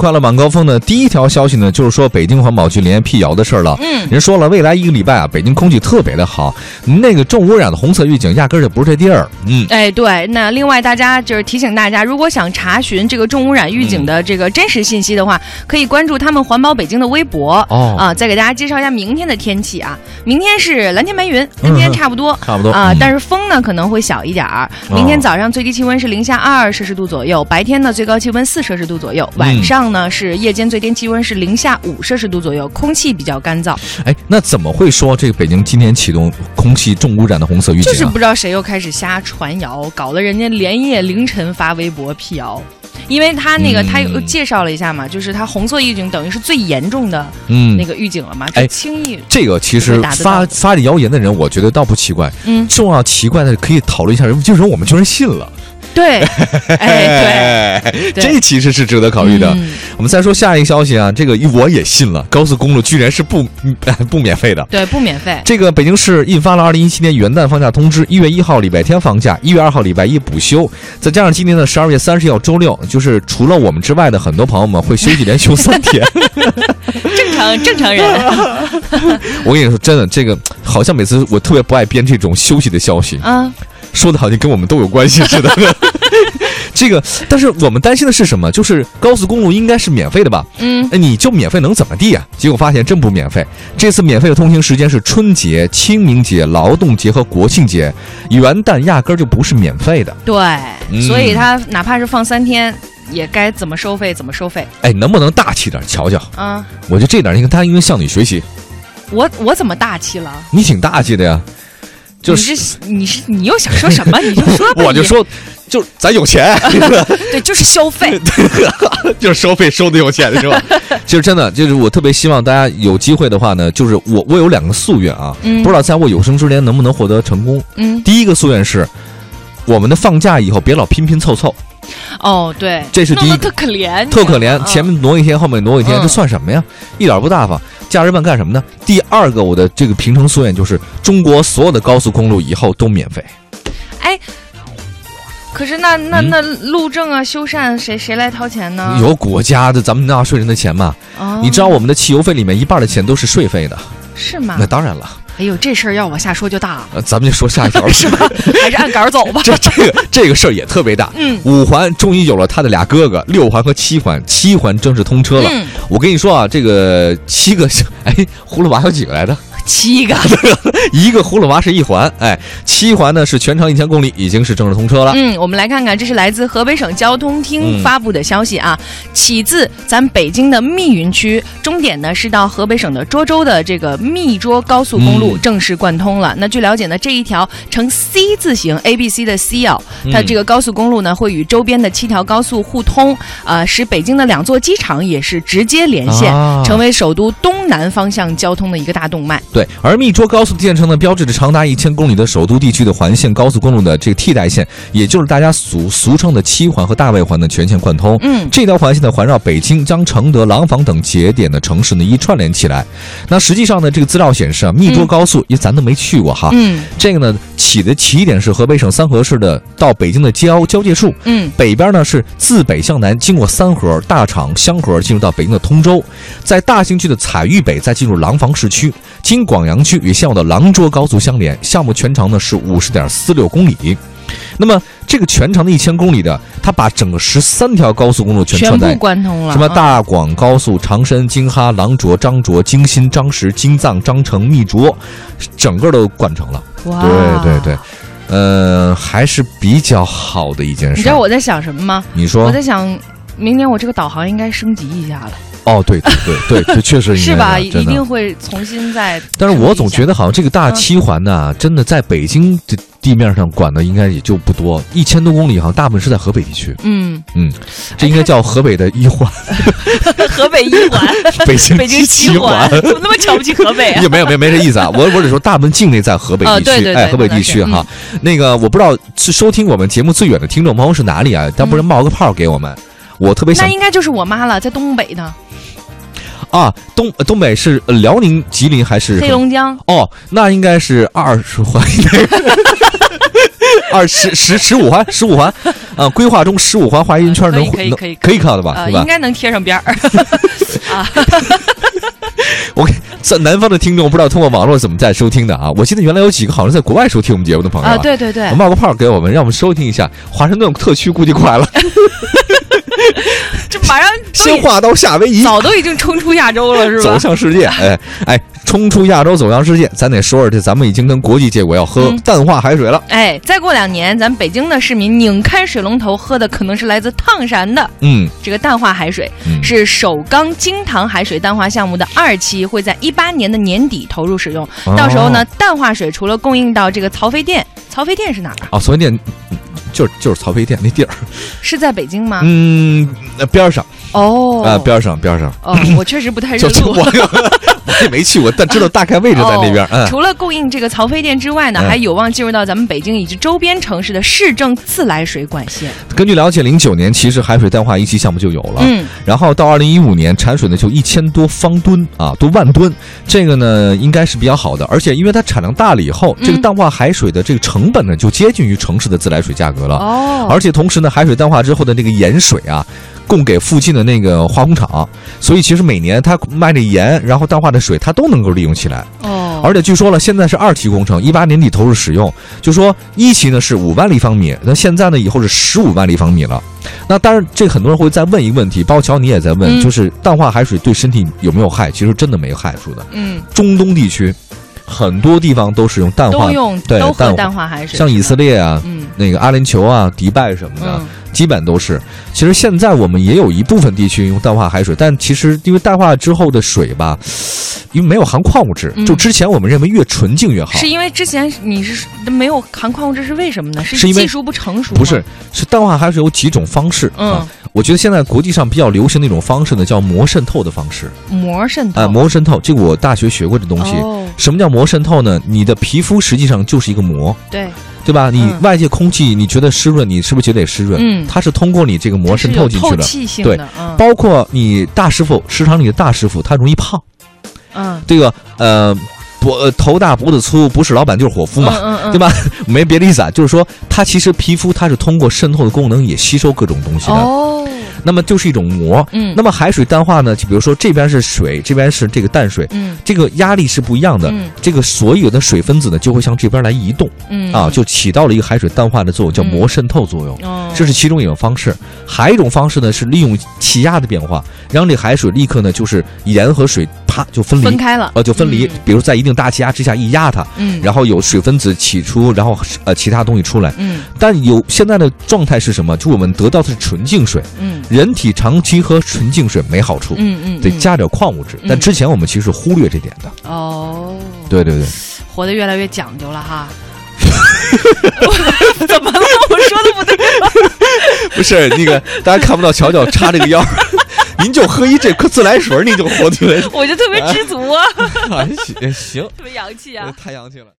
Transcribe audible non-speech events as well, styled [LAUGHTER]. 快乐晚高峰呢，第一条消息呢，就是说北京环保局联辟谣的事儿了。嗯，人说了，未来一个礼拜啊，北京空气特别的好，那个重污染的红色预警压根儿就不是这地儿。嗯， [LAUGHS] 哎，对，那另外大家就是提醒大家，如果想查询这个重污染预警的这个真实信息的话，可以关注他们环保北京的微博。哦啊，再给大家介绍一下明天的天气啊，明天是蓝天白云，跟今天差不多。差不多嗯啊、但是是风呢可能会小一点儿。明天早上最低气温是零下二摄氏度左右，白天呢最高气温四摄氏度左右，晚上呢是夜间最低气温是零下五摄氏度左右，空气比较干燥。哎，那怎么会说这个北京今天启动空气重污染的红色预警、啊？就是不知道谁又开始瞎传谣，搞得人家连夜凌晨发微博辟谣。因为他那个、嗯他有介绍了一下嘛，就是他红色预警等于是最严重的嗯，那个预警了嘛，哎就轻易这个其实会打得发到发这谣言的人，我觉得倒不奇怪。嗯重要奇怪的是可以讨论一下，人就是我们居然信了， [LAUGHS] 对，哎对对这其实是值得考对，虑的。嗯我们再说下一个消息啊，这个我也信了，高速公路居然是不 [LAUGHS] 不免费的。对不免费，这个北京市印发了二零一七年元旦放假通知，一月一号礼拜天放假，一月二号礼拜一补休，再加上今年的十二月三十号周六，就是除了我们之外的很多朋友们会休息连休三天。正常正常人，我跟你说，真的，这个好像每次我特别不爱编这种休息的消息，嗯，说的好像跟我们都有关系似的。这个，但是我们担心的是什么？就是高速公路应该是免费的吧？嗯，哎，你就免费能怎么地呀、结果发现真不免费。这次免费的通行时间是春节、清明节、劳动节和国庆节，元旦压根儿就不是免费的。对，嗯所以他哪怕是放三天，也该怎么收费怎么收费哎，能不能大气点儿？瞧瞧，啊！我觉得这点儿应该他应该向你学习，我我怎么大气了？你挺大气的呀。就你是你是你又想说什么？你就说 [LAUGHS] 吧，我就你说，就咱有 [LAUGHS] 钱，对，就是 [LAUGHS] 消费，就是收费收的有钱 [LAUGHS] 是吧？其实真的，就是我特别希望大家有机会的话呢，就是我我有两个夙愿啊，嗯不知道在我有生之年能不能获得成功。嗯，第一个夙愿是，我们的放假以后别老拼拼凑凑，哦，对，这是第一弄得特可怜，特可怜，前面挪一天，后面挪一天，嗯这算什么呀？一点儿不大方。假日办干什么呢？第二个我的这个平成夙愿就是，中国所有的高速公路以后都免费。可是那那嗯那路政啊、修缮谁谁来掏钱呢？有国家的咱们纳税人的钱嘛？啊哦，你知道我们的汽油费里面一半的钱都是税费的，是吗那？当然了，哎呦，这事儿要往下说就大了，呃咱们就说下一条了。 [LAUGHS] 是吧？还是按杆儿走吧。这这个这个事儿也特别大。嗯五环终于有了他的俩哥哥，六环和七环，七环正式通车了。嗯，我跟你说啊，这个七个， [LAUGHS] 哎，葫芦娃有几个来着？七个，一个葫芦娃是一环，哎，七环呢是全长一千公里，已经是正式通 [LAUGHS] 车了。嗯，我们来看看，这是来自河北省交通厅嗯发布的消息啊，起自咱北京的密云区，终点呢是到河北省的涿州的这个密涿高速公路嗯正式贯通了。那据了解呢，这一条呈 C 字形 A B C 的 C 哦，嗯它这个高速公路呢会与周边的七条高速互通，啊，使北京的两座机场也是直接连线，啊成为首都东南方向交通的一个大动脉。对，而密涿高速建成呢，标志着长达一千公里的首都地区的环线高速公路的这个替代线，也就是大家俗俗称的七环和大外环的全线贯通。嗯这条环线呢，环绕北京、将承德、廊坊等节点的城市呢一串联起来。那实际上呢，这个资料显示啊，密涿嗯高速，因为咱都没去过哈，嗯这个呢起的起点是河北省三河市的到北京的交交界处，嗯，北边呢是自北向南，经过三河、大厂、香河，进入到北京的通州，在大兴区的采育北，再进入廊坊市区，经广阳区与现有的廊涿高速相连。项目全长呢是五十点四六公里。那么这个全长的一千公里的，它把整个十三条高速公路全全串在部贯通了。什么啊？大广高速、长深、京哈、廊涿、张涿、京新、张石、京藏、张城、密涿，整个都贯成了。哇对对对，呃，还是比较好的一件事儿。你知道我在想什么吗？你说我在想，明年我这个导航应该升级一下了，哦，对对对对，这确实应该 [LAUGHS] 是吧？的一真的定会重新再。但是我总觉得，得好像这个大嗯七环呢，真的在北京的地面上管的应该也就不多，一千多公里好像大部分是在河北地区，嗯，这应该叫河北的一环，河北一 [LAUGHS] 环，北京哎 [LAUGHS] 北京七七环，。怎么那么瞧不起河北啊？也没有没有没这意思啊，我我只说大部分境内在河北啊地区，对对对哎，河北地区可能是嗯哈。那个我不知道是收听我们节目最远的听众朋友是哪里啊，要不然冒个泡给我们。我特别嗯那想应该就是我妈了，在东北呢，啊，东东北是呃辽宁、吉林还是黑龙江。哦，那应该是二十环以内。 [LAUGHS] 二十十十五环十五环，啊，规划中十五环画一圆圈能呃可以可以可以能可以看到的吧？哦呃，对应吧？该能贴上边儿。在南方的听众不知道通过网络怎么在收听的啊？我记得原来有几个好像在国外收听我们节目的朋友啊，对对对，冒个泡给我们，让我们收听一下。华盛顿特区估计快了，这马上都先已划到夏威夷，早都已经冲出亚洲了，是吧走？向世界。哎哎，冲出亚洲，走向世界，咱得说说这，咱们已经跟国际接轨，要喝嗯淡化海水了。哎，再过两年，咱北京的市民拧开水龙头喝的可能是来自烫山的嗯，这个淡化海水，嗯是首钢京塘海水淡化项目的二期，会在一八年的年底投入使用。哦到时候呢，淡化水除了供应到这个曹妃甸，曹妃甸是哪儿啊？哦，啊，曹妃甸嗯就是就是曹妃甸那地儿，是在北京吗？嗯，那边儿上啊哦，啊，边儿上边儿上， [LAUGHS] 哦，我确实不太就认就 [LAUGHS] 路我。 [LAUGHS] 我也没去过，但知道大概位置在那边。嗯，哦除了供应这个曹妃甸之外呢，嗯还有望进入到咱们北京以及周边城市的市政自来水管线。根据了解，零九年其实海水淡化一期项目就有了，嗯，然后到二零一五年产水呢就一千多方吨啊，多万吨，这个呢应该是比较好的，而且因为它产量大了以后，嗯这个淡化海水的这个成本呢就接近于城市的自来水价格了，哦，而且同时呢海水淡化之后的那个盐水啊。供给附近的那个化工厂，所以其实每年它卖的盐，然后淡化的水，它都能够利用起来。哦，而且据说了，现在是二期工程，一八年底投入使用。就说一期呢是五万立方米，那现在呢以后是十五万立方米了。那当然，这很多人会再问一个问题，包括乔你也在问，嗯就是淡化海水对身体有没有害？其实真的没有害处的。嗯，中东地区很多地方都使用淡化都，用对都淡喝化淡化海水，像以色列啊、嗯那个阿联酋啊、迪拜什么的，嗯基本都是。其实现在我们也有一部分地区用淡化海水，但其实因为淡化之后的水吧，因为没有含矿物质，嗯就之前我们认为越纯净越好。是因为之前你是没有含矿物质是为什么呢？是因为技术不成熟吗？不是，是淡化海水有几种方式嗯啊？，我觉得现在国际上比较流行的一种方式呢，叫膜渗透的方式。膜渗透啊，膜渗透，这个我大学学过这东西。嗯哦，什么叫膜渗透呢？你的皮肤实际上就是一个膜，对，对吧？你嗯外界空气你觉得湿润，你是不是觉得也湿润？嗯它是通过你这个膜渗透进去它的。是有透气性对的，嗯包括你大师傅，食堂里的大师傅，他容易胖。嗯，这个呃，脖呃头大脖子粗，不是老板就是伙夫嘛。嗯嗯对吧 [LAUGHS] 没别的意思啊，就是说它其实皮肤它是通过渗透的功能也吸收各种东西的。哦，那么就是一种膜。嗯，那么海水淡化呢？就比如说这边是水，这边是这个淡水，嗯这个压力是不一样的。嗯这个所有的水分子呢，就会向这边来移动嗯啊，就起到了一个海水淡化的作用，叫嗯膜渗透作用。哦，这是其中一种方式，还有一种方式呢是利用气压的变化，让这海水立刻呢就是盐和水啪就分分离，开了，呃就分离嗯。比如在一定大气压之下一压它，嗯，然后有水分子起出，然后呃其他东西出来。嗯但有现在的状态是什么？就我们得到的是纯净水。嗯人体长期喝纯净水没好处，嗯嗯，得嗯加点矿物质。但嗯之前我们其实忽略这点的。哦，对 [LAUGHS] 对对，活得越来越讲究 [LAUGHS] 了哈。 [LAUGHS] 我怎么了？我说的不对。不是那个，大家看不到乔乔叉这个 [LAUGHS] 腰，您就喝一这颗自来水，您就活起来。我就特别知足啊， [LAUGHS] 哎行行，特别洋气啊。太洋气了。